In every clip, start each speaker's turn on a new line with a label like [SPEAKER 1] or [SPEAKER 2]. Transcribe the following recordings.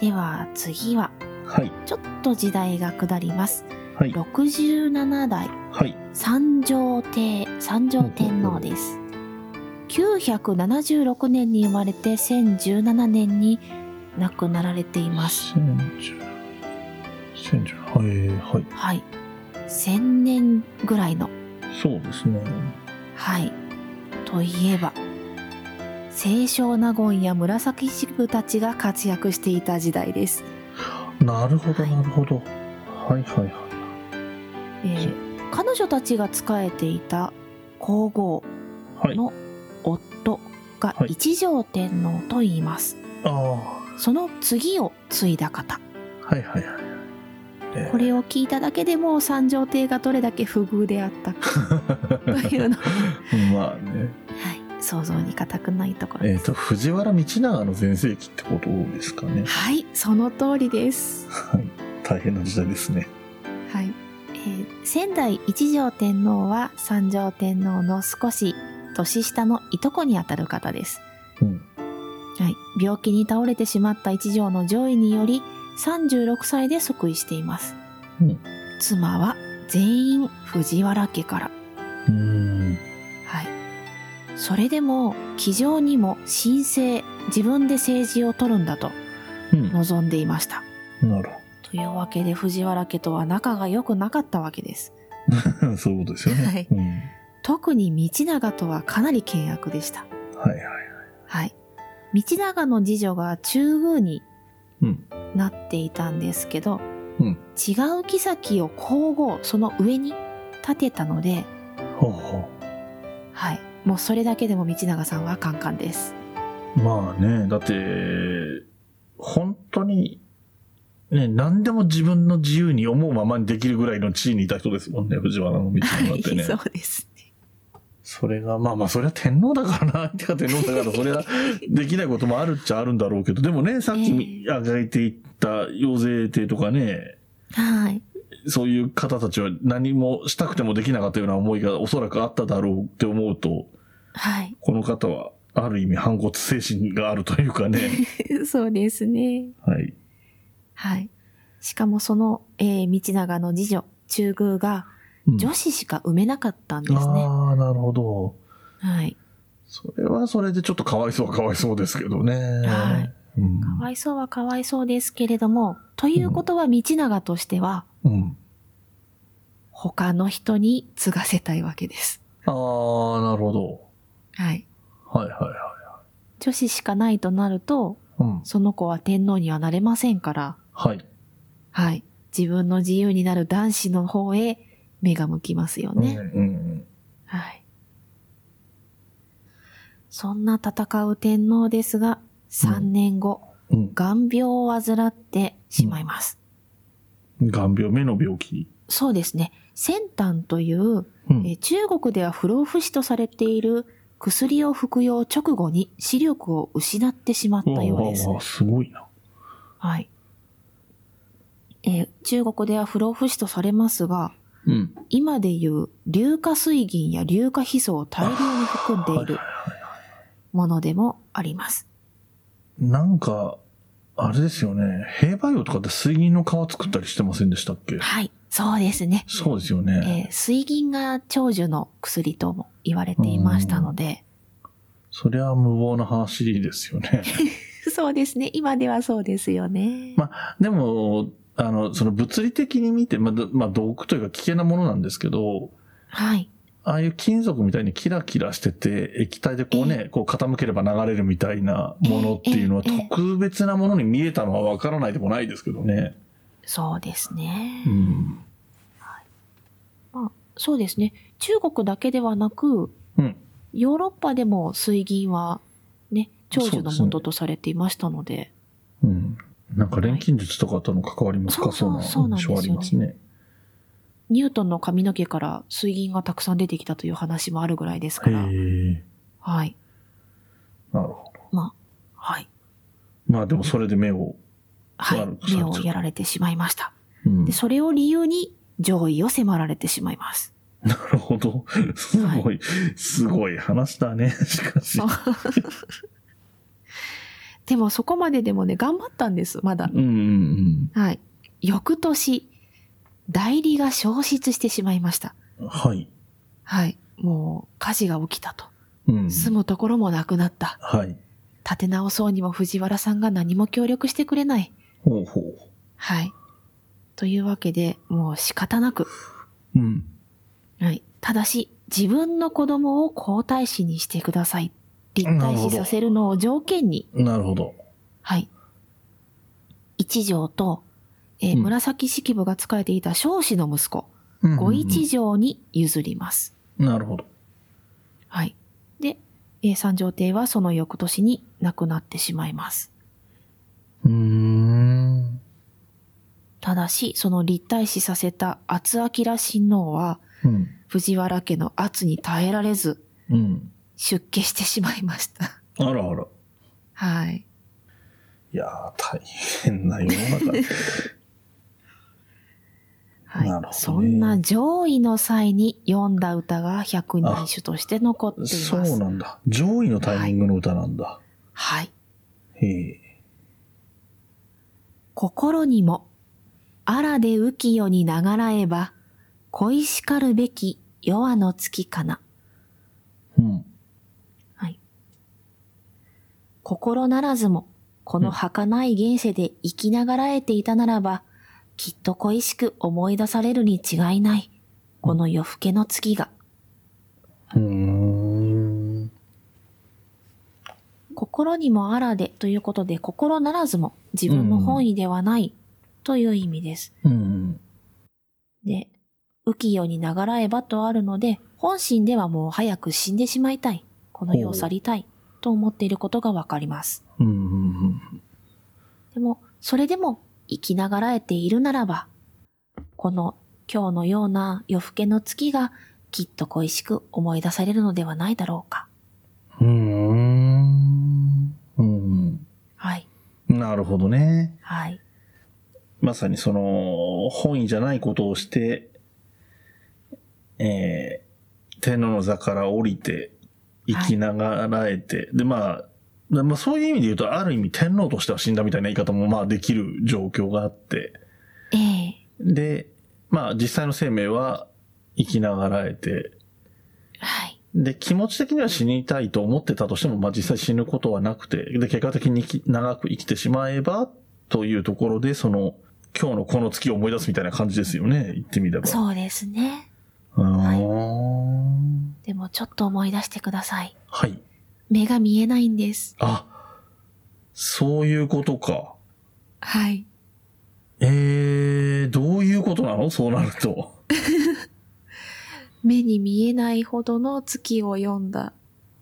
[SPEAKER 1] では次は
[SPEAKER 2] はい。
[SPEAKER 1] ちょっと時代が下ります
[SPEAKER 2] はい。
[SPEAKER 1] 67代
[SPEAKER 2] はい。
[SPEAKER 1] 三条帝三条天皇です976年に生まれて1017年に亡くなられています
[SPEAKER 2] 千十。千十。はい。はい。
[SPEAKER 1] はい1000年ぐらいの
[SPEAKER 2] そうですね。
[SPEAKER 1] はい。といえば、清少納言や紫式部たちが活躍していた時代です。
[SPEAKER 2] なるほど、なるほど。はい。はい。は
[SPEAKER 1] えー彼女たちが仕えていた皇后
[SPEAKER 2] い。はい。
[SPEAKER 1] の夫が
[SPEAKER 2] はい
[SPEAKER 1] 一条天皇と言います。
[SPEAKER 2] ああ。
[SPEAKER 1] その次を継いだ方。
[SPEAKER 2] はい。はい。はい。え
[SPEAKER 1] これを聞いただけでもう三条帝がどれだけ不遇であったかというのは、
[SPEAKER 2] まあね。
[SPEAKER 1] い、想像に難くないところ
[SPEAKER 2] え
[SPEAKER 1] で
[SPEAKER 2] っ、
[SPEAKER 1] す。
[SPEAKER 2] と、藤原道長の全盛期ってことですかね。
[SPEAKER 1] はい、その通りです。
[SPEAKER 2] はい。大変な時代ですね。
[SPEAKER 1] はい、えー仙台一条天皇は三条天皇の少し年下のいとこにあたる方です、
[SPEAKER 2] うん。
[SPEAKER 1] はい、病気に倒れてしまった一条の上位により36歳で即位しています、
[SPEAKER 2] うん
[SPEAKER 1] 妻は全員藤原家から、
[SPEAKER 2] うーん。
[SPEAKER 1] はい、それでも気丈にも神聖自分で政治を取るんだと
[SPEAKER 2] うん。
[SPEAKER 1] 望んでいました
[SPEAKER 2] なる
[SPEAKER 1] というわけで藤原家とは仲が良くなかったわけです
[SPEAKER 2] ほど。 そうですよね。
[SPEAKER 1] はい
[SPEAKER 2] うん。
[SPEAKER 1] 特に道長とはかなり険悪でした。
[SPEAKER 2] はいはい。
[SPEAKER 1] はい。道長の次女が中宮に
[SPEAKER 2] うん。
[SPEAKER 1] なっていたんですけど、
[SPEAKER 2] うん
[SPEAKER 1] 違う妃を皇后、その上に立てたので、
[SPEAKER 2] ほうほ
[SPEAKER 1] はい。もうそれだけでも道長さんはカンカンです。
[SPEAKER 2] う。まあね、だって、本当に、ね、何でも自分の自由に思うままにできるぐらいの地位にいた人ですもんね、藤原の道長ってね。
[SPEAKER 1] そうですね。
[SPEAKER 2] それが、まあまあ、それは天皇だからな、相手が天皇だから、そ れはできないこともあるっちゃあるんだろうけど、でもね、さっき
[SPEAKER 1] え
[SPEAKER 2] 挙げていった養成帝とかね、
[SPEAKER 1] はい。
[SPEAKER 2] そういう方たちは何もしたくてもできなかったような思いがおそらくあっただろうって思うと、
[SPEAKER 1] はい。
[SPEAKER 2] この方は、ある意味反骨精神があるというか ね。
[SPEAKER 1] そうですね。
[SPEAKER 2] はい。
[SPEAKER 1] はい。しかもその、えー道長の次女、中宮が
[SPEAKER 2] うん
[SPEAKER 1] 女子しか産めなかったんですね。
[SPEAKER 2] ああ、なるほど。
[SPEAKER 1] はい。
[SPEAKER 2] それはそれでちょっとかわいそうはかわいそうですけどね。
[SPEAKER 1] はい
[SPEAKER 2] うん。
[SPEAKER 1] かわいそうはかわいそうですけれども、ということは道長としては、
[SPEAKER 2] うん。
[SPEAKER 1] 他の人に継がせたいわけです。
[SPEAKER 2] ああ、なるほど。
[SPEAKER 1] はい。
[SPEAKER 2] はいはいは
[SPEAKER 1] 女子しかないとなると、
[SPEAKER 2] い。うん。
[SPEAKER 1] その子は天皇にはなれませんから、
[SPEAKER 2] はい。
[SPEAKER 1] はい。自分の自由になる男子の方へ目が向きますよね。
[SPEAKER 2] うんうん
[SPEAKER 1] はい。そんな戦う天皇ですが、3年後、
[SPEAKER 2] うん。
[SPEAKER 1] 眼病を患ってしまいます。
[SPEAKER 2] うん。眼病、目の病気。
[SPEAKER 1] そうですね。先端という
[SPEAKER 2] うん
[SPEAKER 1] えー中国では不老不死とされている薬を服用直後に視力を失ってしまったようです
[SPEAKER 2] わあ。わあすごいな。
[SPEAKER 1] はい。えー中国では不老不死とされますが、
[SPEAKER 2] うん。
[SPEAKER 1] 今でいう硫化水銀や硫化ヒ素を大量に含んでいる
[SPEAKER 2] はいはいは
[SPEAKER 1] ものでもあります。
[SPEAKER 2] いなんか、あれですよね。兵馬俑とかって水銀の皮作ったりしてませんでしたっけ
[SPEAKER 1] はい、そうですね。
[SPEAKER 2] そうですよね。
[SPEAKER 1] えー水銀が長寿の薬とも言われていましたので、
[SPEAKER 2] そりゃ無謀な話ですよね。
[SPEAKER 1] そうですね。今ではそうですよね。
[SPEAKER 2] までも、あの、その物理的に見て、まあ、どまあ、毒というか危険なものなんですけど、
[SPEAKER 1] はい。
[SPEAKER 2] ああいう金属みたいにキラキラしてて、液体でこうね、こう傾ければ流れるみたいなものっていうのは
[SPEAKER 1] ええええ
[SPEAKER 2] 特別なものに見えたのはわからないでもないですけどね。
[SPEAKER 1] そうですね。
[SPEAKER 2] うん。
[SPEAKER 1] そうですね。中国だけではなく、
[SPEAKER 2] うん
[SPEAKER 1] ヨーロッパでも水銀は、ね、長寿の
[SPEAKER 2] そうです
[SPEAKER 1] 元とされていましたので、
[SPEAKER 2] うん。なんか錬金術とかとの関わりも深そうな
[SPEAKER 1] はいそうそうそうなんです
[SPEAKER 2] 印象
[SPEAKER 1] よ
[SPEAKER 2] ありますね。
[SPEAKER 1] ニュートンの髪の毛から水銀がたくさん出てきたという話もあるぐらいですか
[SPEAKER 2] へえ。
[SPEAKER 1] ら、はい。
[SPEAKER 2] なるほど。
[SPEAKER 1] はい。
[SPEAKER 2] まあでもそれで目を。
[SPEAKER 1] は
[SPEAKER 2] 悪
[SPEAKER 1] い
[SPEAKER 2] くさ。れち
[SPEAKER 1] 目
[SPEAKER 2] ゃう
[SPEAKER 1] をやられてしまいました。
[SPEAKER 2] うん
[SPEAKER 1] で、それを理由に上位を迫られてしまいます。
[SPEAKER 2] なるほど。すごい、すごい話だね、しかし。
[SPEAKER 1] そうでもそこまででもね、頑張ったんです、まだ。
[SPEAKER 2] うんうん
[SPEAKER 1] はい。翌年、代理が消失してしまいました。
[SPEAKER 2] うん。はい。
[SPEAKER 1] はい。もう火事が起きたと。
[SPEAKER 2] うん。
[SPEAKER 1] 住むところもなくなった。
[SPEAKER 2] はい。
[SPEAKER 1] 立て直そうにも藤原さんが何も協力してくれない。
[SPEAKER 2] ほうほう。
[SPEAKER 1] はい。というわけで、もう仕方なく。
[SPEAKER 2] うん。
[SPEAKER 1] はい。ただし、自分の子供を皇太子にしてください。立
[SPEAKER 2] な
[SPEAKER 1] 体
[SPEAKER 2] るほ
[SPEAKER 1] 視さ
[SPEAKER 2] ど
[SPEAKER 1] せるのを条件に、
[SPEAKER 2] なるほど。
[SPEAKER 1] はい。一条と、えー
[SPEAKER 2] うん
[SPEAKER 1] 紫式部が仕えていた少子の息子、
[SPEAKER 2] うんうんうん
[SPEAKER 1] 五一条に譲ります。
[SPEAKER 2] なるほど。
[SPEAKER 1] はい。で、えー三条帝はその翌年に亡くなってしまいます。
[SPEAKER 2] うーん。
[SPEAKER 1] ただし、その立体視させた厚明親王は、
[SPEAKER 2] うん。
[SPEAKER 1] 藤原家の圧に耐えられず、
[SPEAKER 2] うん。
[SPEAKER 1] 出家してしまいました。
[SPEAKER 2] あらあら。
[SPEAKER 1] はい。
[SPEAKER 2] いやー、大変な世の中。
[SPEAKER 1] はい、
[SPEAKER 2] なるほどね
[SPEAKER 1] そんな上位の際に読んだ歌が百人種として残っています。
[SPEAKER 2] そうなんだ。上位のタイミングの歌なんだ。
[SPEAKER 1] はい。
[SPEAKER 2] へえ。
[SPEAKER 1] 心にも、あらで浮世に流らえば、恋しかるべき夜の月かな。
[SPEAKER 2] うん。
[SPEAKER 1] 心ならずも、この儚い現世で生きながらえていたならば、きっと恋しく思い出されるに違いない。この夜更けの月が、
[SPEAKER 2] うーん。
[SPEAKER 1] 心にもあらでということで、心ならずも自分の本意ではないという意味です。
[SPEAKER 2] うん。
[SPEAKER 1] で、浮世に流らえばとあるので、本心ではもう早く死んでしまいたい。この世を去りたいと思っていることがわかります。
[SPEAKER 2] うん。うん。
[SPEAKER 1] でも、それでも生きながらえているならば、この今日のような夜更けの月がきっと恋しく思い出されるのではないだろうか。
[SPEAKER 2] うん。うん。
[SPEAKER 1] はい。
[SPEAKER 2] なるほどね。
[SPEAKER 1] はい。
[SPEAKER 2] まさにその、本意じゃないことをして、えー、天皇の座から降りて、生きながらえて、で、まあ、でまあ、そういう意味で言うと、ある意味天皇としては死んだみたいな言い方もまあできる状況があって、
[SPEAKER 1] ええ
[SPEAKER 2] で、まあ実際の生命は生きながらえて、
[SPEAKER 1] はい。
[SPEAKER 2] で、気持ち的には死にたいと思ってたとしても、まあ実際死ぬことはなくて、で、結果的に生き長く生きてしまえば、というところで、その、今日のこの月を思い出すみたいな感じですよね。言ってみれば。う。
[SPEAKER 1] そうですね。
[SPEAKER 2] は
[SPEAKER 1] はいい。でもちょっと思い出してください。
[SPEAKER 2] はい。
[SPEAKER 1] 目が見えないんです。
[SPEAKER 2] あ、そういうことか。
[SPEAKER 1] はい。
[SPEAKER 2] えー、どういうことなのそうなる と。
[SPEAKER 1] 目に見えないほどの月を読んだ。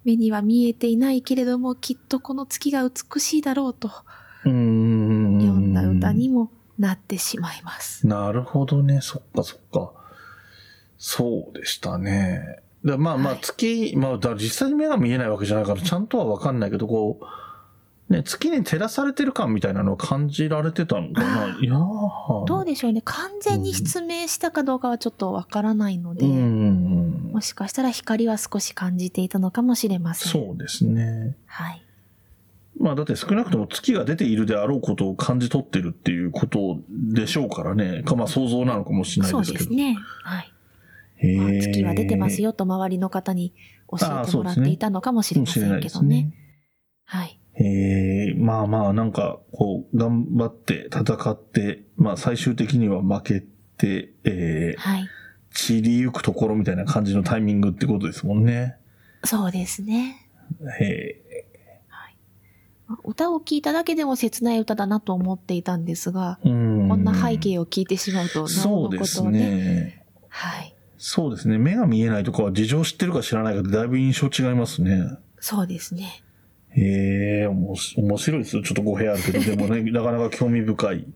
[SPEAKER 1] 目には見えていないけれども、きっとこの月が美しいだろうと、
[SPEAKER 2] うーん。
[SPEAKER 1] 読んだ歌にもなってしまいます。
[SPEAKER 2] なるほどね。そっかそっか。そうでしたね。でまあまあ
[SPEAKER 1] はい
[SPEAKER 2] 月、まあだから実際に目が見えないわけじゃないからちゃんとはわかんないけど、こう、ね、月に照らされてる感みたいなのを感じられてたのかな。いやー
[SPEAKER 1] どうでしょうね。完全に失明したかどうかはちょっとわからないので、
[SPEAKER 2] うんうんう
[SPEAKER 1] も
[SPEAKER 2] ん。
[SPEAKER 1] しかしたら光は少し感じていたのかもしれません。
[SPEAKER 2] そうですね。
[SPEAKER 1] はい。
[SPEAKER 2] まあだって少なくとも月が出ているであろうことを感じ取ってるっていうことでしょうからね。かまあ想像なのかもしれない
[SPEAKER 1] そ
[SPEAKER 2] で
[SPEAKER 1] う
[SPEAKER 2] す
[SPEAKER 1] で
[SPEAKER 2] けど。
[SPEAKER 1] すね。はい。
[SPEAKER 2] へ
[SPEAKER 1] まあ
[SPEAKER 2] ー
[SPEAKER 1] 月は出てますよと周りの方に教えてもらっていたのかもし
[SPEAKER 2] か
[SPEAKER 1] れ
[SPEAKER 2] も
[SPEAKER 1] ませ
[SPEAKER 2] しれなんい
[SPEAKER 1] け
[SPEAKER 2] で
[SPEAKER 1] ど
[SPEAKER 2] すね
[SPEAKER 1] ね。。はい。
[SPEAKER 2] ええまあまあ、なんか、こう、頑張って、戦って、まあ、最終的には負けて、ええ
[SPEAKER 1] はい。
[SPEAKER 2] 散りゆくところみたいな感じのタイミングってことですもんね。
[SPEAKER 1] そうですね。
[SPEAKER 2] ええ
[SPEAKER 1] まあ歌を聴いただけでも切ない歌だなと思っていたんですが、
[SPEAKER 2] うん。
[SPEAKER 1] こんな背景を聞いてしまうと、な
[SPEAKER 2] そ
[SPEAKER 1] お
[SPEAKER 2] う
[SPEAKER 1] の
[SPEAKER 2] で
[SPEAKER 1] こと
[SPEAKER 2] す
[SPEAKER 1] をね
[SPEAKER 2] ね。
[SPEAKER 1] はい。
[SPEAKER 2] そうですね。目が見えないとかは事情知ってるか知らないかでだいぶ印象違いますね。
[SPEAKER 1] そうですね。
[SPEAKER 2] ええおもし面白いですよ。ちょっと語弊あるけど、でもね、 なかなか興味深い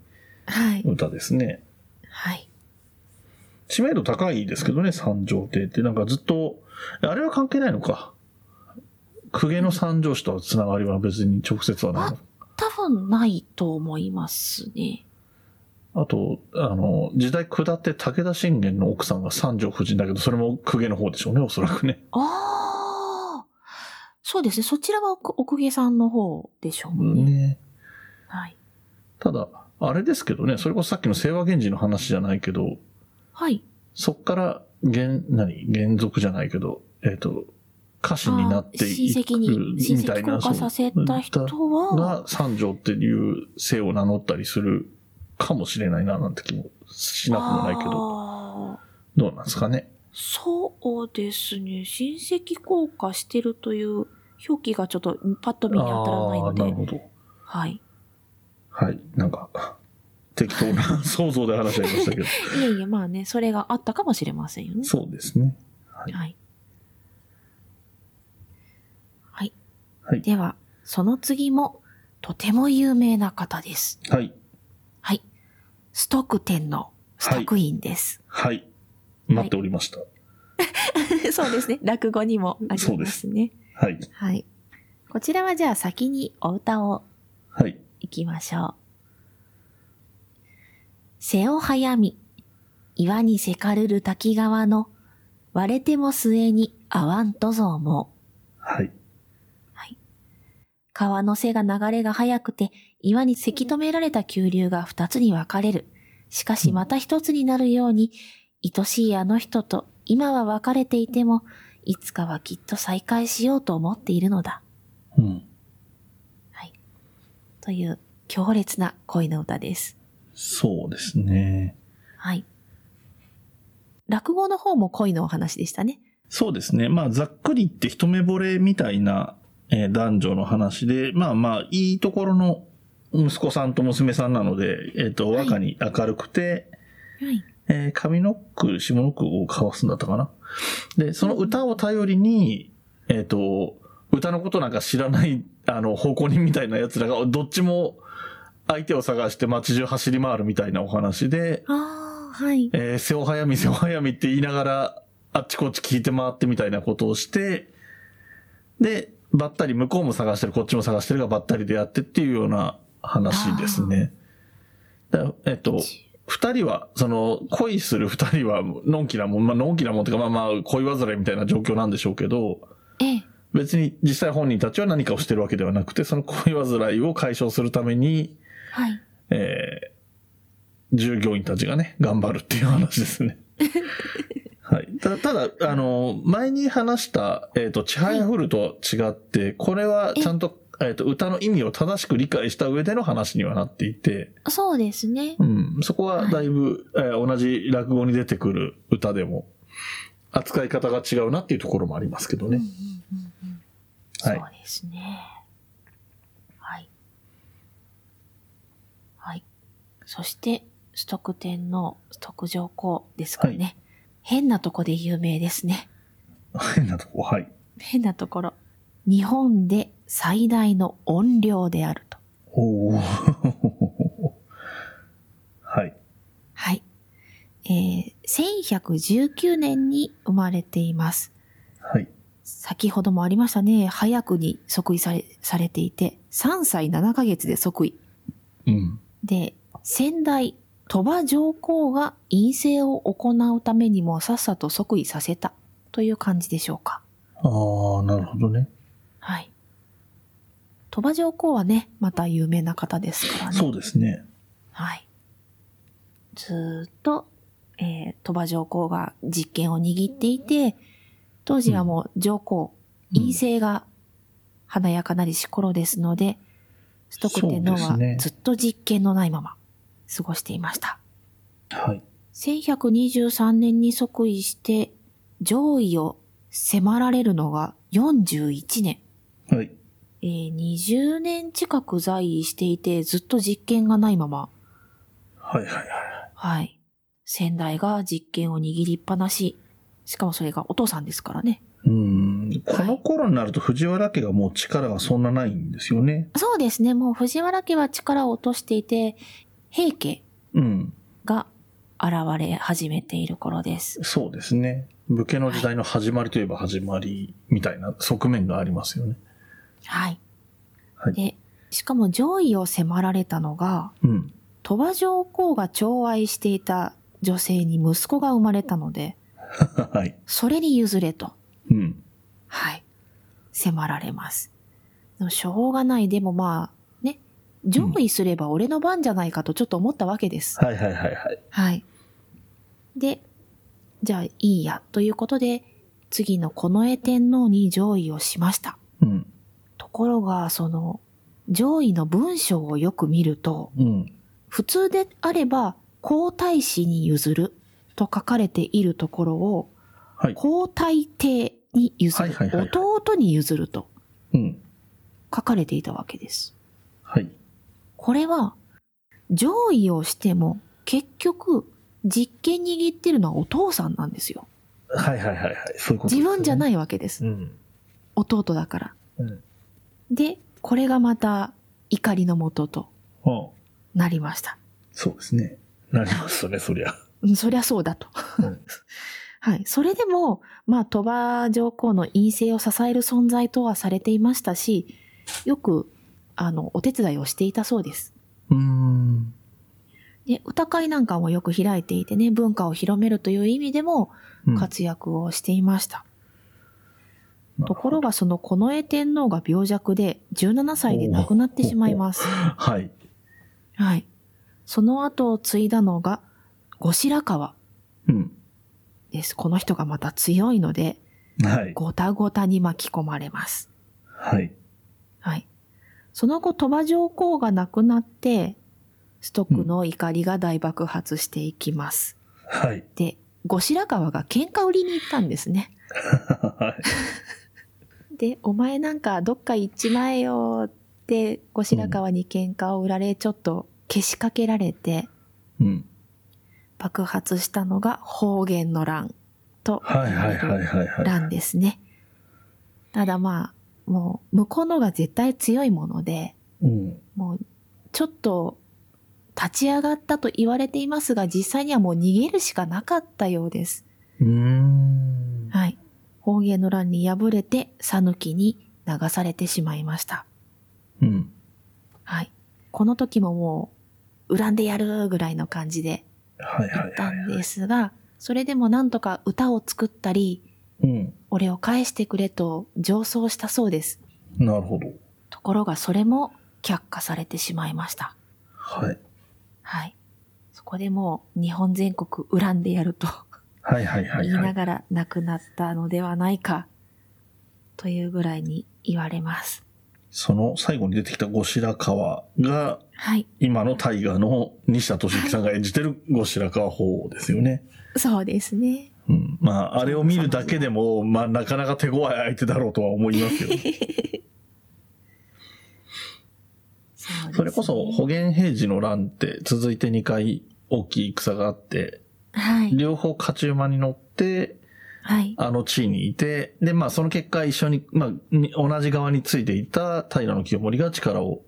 [SPEAKER 1] はい。
[SPEAKER 2] 歌ですね。
[SPEAKER 1] はい。
[SPEAKER 2] 知名度高いですけどね、三条亭って。なんかずっと、あれは関係ないのか。公家の三条氏とはつながりは別に直接はないの。
[SPEAKER 1] 多分ないと思いますね。
[SPEAKER 2] あと、あの、時代下って武田信玄の奥さんが三条夫人だけど、それも公家の方でしょうね、おそらくね。
[SPEAKER 1] ああ、そうですね。そちらは奥奥下さんの方でしょうね。
[SPEAKER 2] ね。
[SPEAKER 1] はい。
[SPEAKER 2] ただ、あれですけどね、それこそさっきの清和源氏の話じゃないけど、
[SPEAKER 1] はい。
[SPEAKER 2] そっから、現、何原族じゃないけど、えっ、と、家臣になってい
[SPEAKER 1] あー
[SPEAKER 2] く
[SPEAKER 1] 親戚に、親
[SPEAKER 2] みた
[SPEAKER 1] 戚
[SPEAKER 2] いな、
[SPEAKER 1] 降下させた人
[SPEAKER 2] そう
[SPEAKER 1] は、
[SPEAKER 2] が三条っていう姓を名乗ったりするかもしれないな、なんて気もしなくもないけど、
[SPEAKER 1] あー
[SPEAKER 2] どうなんですかね。
[SPEAKER 1] そうですね。親戚降下してるという表記がちょっとパッと見に当たらない
[SPEAKER 2] あ
[SPEAKER 1] の
[SPEAKER 2] あー、なる
[SPEAKER 1] で、
[SPEAKER 2] ほど。
[SPEAKER 1] はい。
[SPEAKER 2] はい。なんか、適当な想像で話し合いました けど。
[SPEAKER 1] いえいえ、まあね、それがあったかもしれませんよね。
[SPEAKER 2] そうですね。はい
[SPEAKER 1] はい。はい。
[SPEAKER 2] はい
[SPEAKER 1] では、その次も、とても有名な方です。
[SPEAKER 2] はい。
[SPEAKER 1] はい。ストック天皇、ストックインです。
[SPEAKER 2] はい。待っておりました。
[SPEAKER 1] そうですね。落語にもあ
[SPEAKER 2] そ
[SPEAKER 1] り
[SPEAKER 2] う
[SPEAKER 1] ま
[SPEAKER 2] ですす
[SPEAKER 1] ね。
[SPEAKER 2] はい。
[SPEAKER 1] はい。こちらはじゃあ先にお歌を
[SPEAKER 2] はい。
[SPEAKER 1] いきましょう。瀬を早み、岩にせかるる滝川の、割れても末にあわんとぞ思う。
[SPEAKER 2] はい。
[SPEAKER 1] 川の背が流れが速くて、岩にせき止められた急流が二つに分かれる。しかしまた一つになるように、愛しいあの人と今は別れていても、いつかはきっと再会しようと思っているのだ。
[SPEAKER 2] うん。
[SPEAKER 1] という強烈な恋の歌です。
[SPEAKER 2] そうですね。
[SPEAKER 1] はい。落語の方も恋のお話でしたね。
[SPEAKER 2] そうですね。まあ、ざっくり言って一目惚れみたいな、えー男女の話で、まあまあ、いいところの息子さんと娘さんなので、えっ、と、
[SPEAKER 1] はい
[SPEAKER 2] 若に明るくて、
[SPEAKER 1] はい。
[SPEAKER 2] えー上の句、下の句を交わすんだったかな。で、その歌を頼りに、えっ、と、歌のことなんか知らない、あの、方向にみたいな奴らが、どっちも相手を探して街中走り回るみたいなお話で、
[SPEAKER 1] ああ、はい。
[SPEAKER 2] えー、背を早み、背を早みって言いながら、あっちこっち聞いて回ってみたいなことをして、で、ばったり向こうも探してる、こっちも探してるがばったりでやってっていうような話ですね。だえっと、二人は、その、恋する二人は、のんきなもん、まあ、のんきなもんっていうか、まあまあ、恋煩いみたいな状況なんでしょうけど、
[SPEAKER 1] ええ。
[SPEAKER 2] 別に実際本人たちは何かをしてるわけではなくて、その恋煩いを解消するために、
[SPEAKER 1] はい。
[SPEAKER 2] えー従業員たちがね、頑張るっていう話で すね。はい。たただ、あの、前に話した、えっ、と、ちはやふると違って、これはちゃんと、えっ、と、歌の意味を正しく理解した上での話にはなっていて、
[SPEAKER 1] そうですね。
[SPEAKER 2] うん、そこはだいぶ、えー同じ落語に出てくる歌でも、扱い方が違うなっていうところもありますけど
[SPEAKER 1] うんうん。
[SPEAKER 2] ね
[SPEAKER 1] うんうんそ
[SPEAKER 2] は
[SPEAKER 1] う
[SPEAKER 2] い
[SPEAKER 1] ですね。はい。はい。そして、ストック天皇、ストック上皇ですかね。
[SPEAKER 2] は
[SPEAKER 1] 変なとこで有名ですね。
[SPEAKER 2] 変なとこ、はい。
[SPEAKER 1] 変なところ。日本で最大の音量であると。
[SPEAKER 2] おー はい。
[SPEAKER 1] はい。えー、1119年に生まれています。
[SPEAKER 2] はい。
[SPEAKER 1] 先ほどもありましたね。早くに即位され、されていて、3歳7ヶ月で即位。
[SPEAKER 2] うん。
[SPEAKER 1] で、先代、鳥羽上皇が陰性を行うためにもさっさと即位させたという感じでしょうか。
[SPEAKER 2] ああ、なるほどね。
[SPEAKER 1] はい。鳥羽上皇はね、また有名な方ですからね。
[SPEAKER 2] そうですね。
[SPEAKER 1] はい。ずーっと、えー、鳥羽上皇が実権を握っていて、当時はもう上皇、
[SPEAKER 2] うん
[SPEAKER 1] 陰性が華やかなりし頃ですので、ストック天皇
[SPEAKER 2] そうです
[SPEAKER 1] は
[SPEAKER 2] ね
[SPEAKER 1] ずっと実権のないまま過ごしていました。
[SPEAKER 2] はい。
[SPEAKER 1] 1123年に即位して、上位を迫られるのが41年。
[SPEAKER 2] はい。
[SPEAKER 1] えー20年近く在位していて、ずっと実権がないまま、
[SPEAKER 2] はいはいは
[SPEAKER 1] はい。先代が実権を握りっぱなし。しかもそれがお父さんですからね。
[SPEAKER 2] い。うん。この頃になると藤原家がもう力がそんなないんですよね。
[SPEAKER 1] そうですね。もう藤原家は力を落としていて、平家
[SPEAKER 2] うん。
[SPEAKER 1] が現れ始めている頃です。
[SPEAKER 2] そうですね。武家の時代の始まりといえば始まりみたいな側面がありますよね。
[SPEAKER 1] はい。
[SPEAKER 2] はい
[SPEAKER 1] で、しかも上位を迫られたのが、
[SPEAKER 2] うん。
[SPEAKER 1] 鳥羽上皇が寵愛していた女性に息子が生まれたので、
[SPEAKER 2] はい。
[SPEAKER 1] それに譲れと。
[SPEAKER 2] うん。
[SPEAKER 1] はい。迫られます。でもしょうがない。でもまあ、ね、上位すれば俺の番じゃないかとちょっと思ったわけです。
[SPEAKER 2] はいはいはいはい。
[SPEAKER 1] はい。で、じゃあいいや、ということで、次の近衛天皇に上位をしました。
[SPEAKER 2] うん。
[SPEAKER 1] ところが、その、上位の文章をよく見ると、
[SPEAKER 2] うん。
[SPEAKER 1] 普通であれば、皇太子に譲ると書かれているところを、
[SPEAKER 2] はい。
[SPEAKER 1] 皇太帝に譲る、
[SPEAKER 2] はいはいはいはい
[SPEAKER 1] 弟に譲ると
[SPEAKER 2] うん。
[SPEAKER 1] 書かれていたわけです。
[SPEAKER 2] はい。
[SPEAKER 1] これは、上位をしても、結局、実権握ってるのはお父さんなんですよ。
[SPEAKER 2] はいはいはいはい。そういうこと
[SPEAKER 1] 自
[SPEAKER 2] ですね、。
[SPEAKER 1] 分じゃないいわけです。
[SPEAKER 2] うん。
[SPEAKER 1] 弟だから。
[SPEAKER 2] うん。
[SPEAKER 1] で、これがまた怒りのもとと
[SPEAKER 2] ああ
[SPEAKER 1] なりました。
[SPEAKER 2] そうですね。なりますよね、そりゃ。
[SPEAKER 1] うんそりゃそうだと。
[SPEAKER 2] うん
[SPEAKER 1] はい。それでも、まあ、鳥羽上皇の陰性を支える存在とはされていましたし、よく、あの、お手伝いをしていたそうです。
[SPEAKER 2] うーん。
[SPEAKER 1] で、歌会なんかもよく開いていてね、文化を広めるという意味でも
[SPEAKER 2] うん
[SPEAKER 1] 活躍をしていました。ところ
[SPEAKER 2] が。
[SPEAKER 1] が、その近衛天皇が病弱で、17歳で亡くなってしまいます。
[SPEAKER 2] はい。
[SPEAKER 1] はい。その後を継いだのが、後白河
[SPEAKER 2] うん。
[SPEAKER 1] です。この人がまた強いので、
[SPEAKER 2] はい。
[SPEAKER 1] ごたごたに巻き込まれます。
[SPEAKER 2] はい。
[SPEAKER 1] はい。その後、鳥羽上皇が亡くなって、ストックの怒りが大爆発していきます。
[SPEAKER 2] はい。
[SPEAKER 1] で、後白河が喧嘩売りに行ったんですね。
[SPEAKER 2] は
[SPEAKER 1] で、お前なんかどっか行っちまえよって、後白河に喧嘩を売られ、ちょっとけしかけられて、
[SPEAKER 2] い。うん。
[SPEAKER 1] 爆発したのが方言の乱と
[SPEAKER 2] はいはいはいはいはい。
[SPEAKER 1] 乱ですね。ただまあ、もう、向こうのが絶対強いもので、
[SPEAKER 2] うん。
[SPEAKER 1] もう、ちょっと、立ち上がったと言われていますが、実際にはもう逃げるしかなかったようです。
[SPEAKER 2] うーん。
[SPEAKER 1] はい。方言の乱に敗れて、讃岐に流されてしまいました。
[SPEAKER 2] うん。
[SPEAKER 1] はい。この時ももう、恨んでやるぐらいの感じで
[SPEAKER 2] はいはい
[SPEAKER 1] 行った
[SPEAKER 2] はい。
[SPEAKER 1] んですが、それでもなんとか歌を作ったり、
[SPEAKER 2] うん。
[SPEAKER 1] 俺を返してくれと上奏したそうです。
[SPEAKER 2] なるほど。
[SPEAKER 1] ところがそれも却下されてしまいました。
[SPEAKER 2] はい。
[SPEAKER 1] はい。そこでもう日本全国恨んでやると
[SPEAKER 2] はいはいは
[SPEAKER 1] 言
[SPEAKER 2] い
[SPEAKER 1] い
[SPEAKER 2] は。
[SPEAKER 1] ないがら亡くなったのではないかというぐらいに言われます。
[SPEAKER 2] その最後に出てきた後白河が、
[SPEAKER 1] はい。
[SPEAKER 2] 今の大河の西田敏行さんが演じてる後白河法ですよね。
[SPEAKER 1] そうですね。
[SPEAKER 2] うん。まあ、あれを見るだけでも、まあ、なかなか手強い相手だろうとは思いますよね。
[SPEAKER 1] そうですね
[SPEAKER 2] それこそ、保元平治の乱って続いて2回大きい戦があって、
[SPEAKER 1] はい。
[SPEAKER 2] 両方勝ち馬に乗って、
[SPEAKER 1] はい。
[SPEAKER 2] あの地位にいて、で、まあその結果一緒に、まあに同じ側についていた平清盛が力を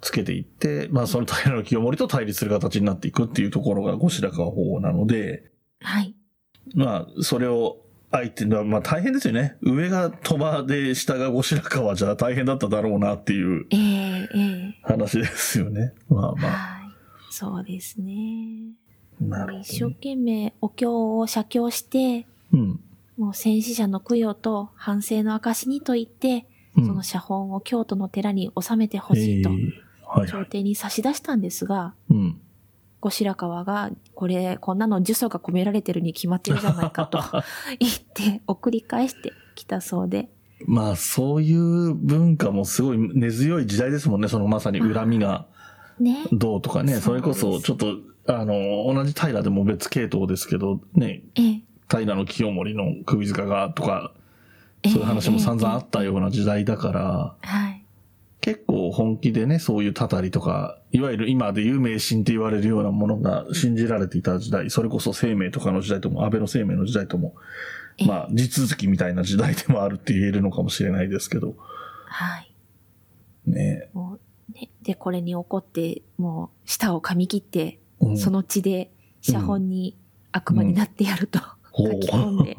[SPEAKER 2] つけていって、まあその平清盛と対立する形になっていくっていうところが後白河法皇なので、
[SPEAKER 1] はい。
[SPEAKER 2] まあそれを相手のは、まあ大変ですよね。上が鳥羽で下が後白河じゃ大変だっただろうなっていう
[SPEAKER 1] えええ
[SPEAKER 2] 話ですよね。まあ
[SPEAKER 1] え
[SPEAKER 2] まあ。
[SPEAKER 1] はい。そうですね。
[SPEAKER 2] なるほ
[SPEAKER 1] 一生
[SPEAKER 2] ど、ね。
[SPEAKER 1] 懸命お経を写経して、
[SPEAKER 2] うん。
[SPEAKER 1] もう戦死者の供養と反省の証にと言って、
[SPEAKER 2] うん
[SPEAKER 1] その写本を京都の寺に収めてほしいと
[SPEAKER 2] え、ーはいは
[SPEAKER 1] 朝
[SPEAKER 2] い。
[SPEAKER 1] 廷に差し出したんですが、
[SPEAKER 2] うん。
[SPEAKER 1] 後白河が、これ、こんなの呪詛が込められてるに決まってるじゃない かと言って、送り返してきたそうで、
[SPEAKER 2] まあそういう文化もすごい根強い時代ですもんね。そのまさに恨みが
[SPEAKER 1] ね。
[SPEAKER 2] どうとかね。そ
[SPEAKER 1] そう
[SPEAKER 2] れ
[SPEAKER 1] で
[SPEAKER 2] こ
[SPEAKER 1] す
[SPEAKER 2] そちょっと、あの、同じ平でも別系統ですけど、ね、
[SPEAKER 1] ええ、
[SPEAKER 2] 平の清盛の首塚がとか、
[SPEAKER 1] ええ
[SPEAKER 2] そういう話も散々あったよう
[SPEAKER 1] え
[SPEAKER 2] な時代だから、
[SPEAKER 1] えはい。
[SPEAKER 2] 結構本気でね、そういうたたりとか、いわゆる今でいう迷信って言われるようなものが信じられていた時代、それこそ生命とかの時代とも、安倍の生命の時代とも、
[SPEAKER 1] ええ
[SPEAKER 2] まあ地続きみたいな時代でもあるって言えるのかもしれないですけど、
[SPEAKER 1] はい。
[SPEAKER 2] ね。
[SPEAKER 1] もう、ね。で、これに怒って、もう、舌を噛み切って、
[SPEAKER 2] うん
[SPEAKER 1] その血で写本に悪魔になってやると、
[SPEAKER 2] うん
[SPEAKER 1] 書き込ん で、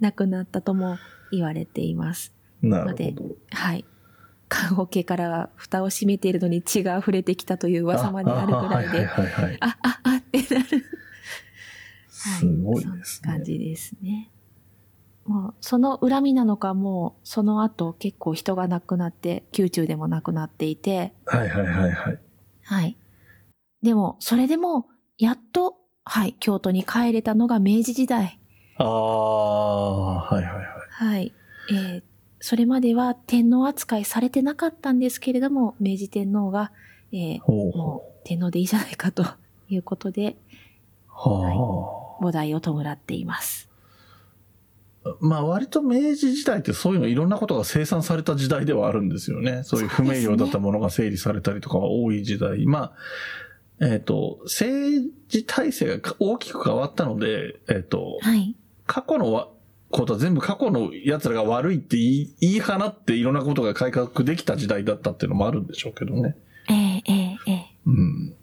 [SPEAKER 1] 亡くなったとも言われています。
[SPEAKER 2] なるほど。
[SPEAKER 1] はい。棺桶からは蓋を閉めているのに血が溢れてきたという噂まであるぐらいで、
[SPEAKER 2] ああはいはいはい。
[SPEAKER 1] あ、あ、あってなる。
[SPEAKER 2] すごいです
[SPEAKER 1] そんな
[SPEAKER 2] ね
[SPEAKER 1] 感。じですね。もうその恨みなのかもうその後結構人が亡くなって宮中でも亡くなっていて
[SPEAKER 2] はいはいはいはい。
[SPEAKER 1] はいでもそれでもやっとはい京都に帰れたのが明治時代
[SPEAKER 2] ああ、はいはいはい。
[SPEAKER 1] はい、えーそれまでは天皇扱いされてなかったんですけれども明治天皇が、えー
[SPEAKER 2] ほう
[SPEAKER 1] も
[SPEAKER 2] ほ
[SPEAKER 1] う天皇でいいじゃないかということで
[SPEAKER 2] う。は
[SPEAKER 1] 菩提を弔っています
[SPEAKER 2] あ。まあ割と明治時代ってそういうのいろんなことが生産された時代ではあるんですよね。そういう不明瞭だったものが整理されたりとかは多い時代。まあ、えっ、と、政治体制が大きく変わったので、えっ、と、
[SPEAKER 1] はい
[SPEAKER 2] 過去のわことは全部過去の奴らが悪いって言い言い放っていろんなことが改革できた時代だったっていうのもあるんでしょうけどね。
[SPEAKER 1] えー、えー、えー
[SPEAKER 2] うん。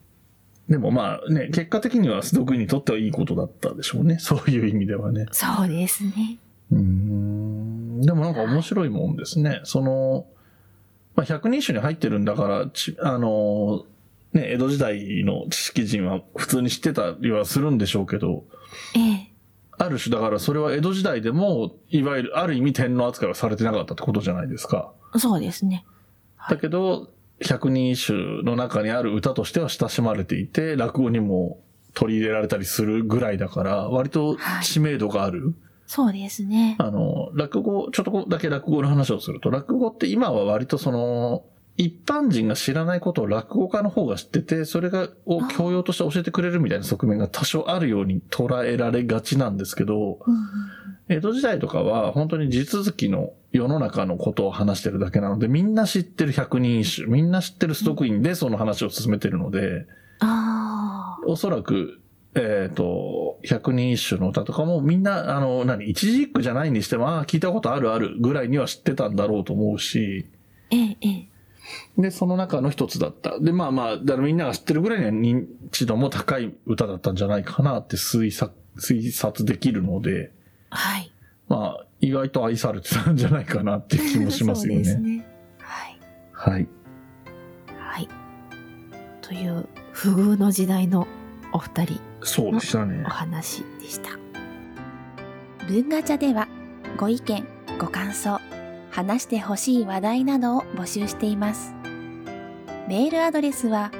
[SPEAKER 2] でもまあね、結果的にはスドクにとってはいいことだったでしょうね。 そういう意味ではね。
[SPEAKER 1] そうですね
[SPEAKER 2] うん。でもなんか面白いもんですね。その、まあ、百人一首に入ってるんだから、ちあの、ね、江戸時代の知識人は普通に知ってたりはするんでしょうけど、
[SPEAKER 1] えー
[SPEAKER 2] ある種だからそれは江戸時代でも、いわゆるある意味天皇扱いはされてなかったってことじゃないですか。
[SPEAKER 1] そうですね。はい
[SPEAKER 2] だけど、百人一首の中にある歌としては親しまれていて、落語にも取り入れられたりするぐらいだから、割と知名度がある。
[SPEAKER 1] そうですね。
[SPEAKER 2] あの、落語、ちょっとだけ落語の話をすると、落語って今は割とその、一般人が知らないことを落語家の方が知ってて、それが、を教養として教えてくれるみたいな側面が多少あるように捉えられがちなんですけど、
[SPEAKER 1] うんうん
[SPEAKER 2] 江戸時代とかは本当に地続きの世の中のことを話してるだけなので、みんな知ってる百人一首、みんな知ってるストックインでその話を進めてるので、
[SPEAKER 1] あ
[SPEAKER 2] おそらく、えっ、と、百人一首の歌とかもみんな、あの、何、一字一句じゃないにしても、ああ、聞いたことあるあるぐらいには知ってたんだろうと思うし、
[SPEAKER 1] あ、ええ、ええ。
[SPEAKER 2] で、その中の一つだった。で、まあまあ、だからみんなが知ってるぐらいには認知度も高い歌だったんじゃないかなって推察、推察できるので、
[SPEAKER 1] はい。
[SPEAKER 2] まあ、意外と愛されてたんじゃないかなっていう気もしますよ
[SPEAKER 1] そうです
[SPEAKER 2] ね。
[SPEAKER 1] ね。はい。
[SPEAKER 2] はい。
[SPEAKER 1] はい。という、不遇の時代のお二人。
[SPEAKER 2] そうでしたね
[SPEAKER 1] お。話でした文ガチャではご意見ご感想話してほしい話題などを募集していますメールアドレスは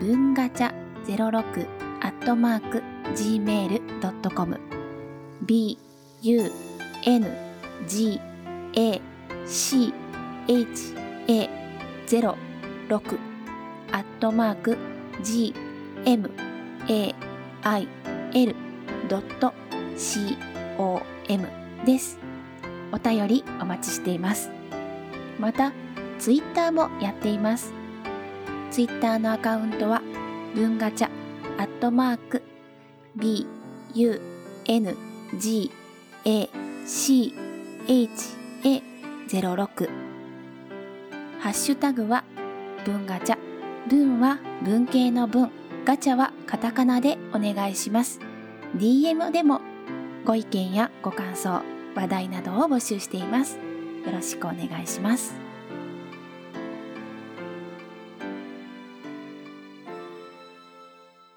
[SPEAKER 1] 文ガチャ06アットマーク gmail.com b u n g a c h a 06アットマーク g m a il.com です。お便りお待ちしています。また、ツイッターもやっています。ツイッターのアカウントは、文ガチャ、アットマーク、b, u, n, g, a, c, h, a, 06。ハッシュタグは、文ガチャ。文は文系の文。ガチャはカタカナでお願いします。DM でもご意見やご感想、話題などを募集しています。よろしくお願いします。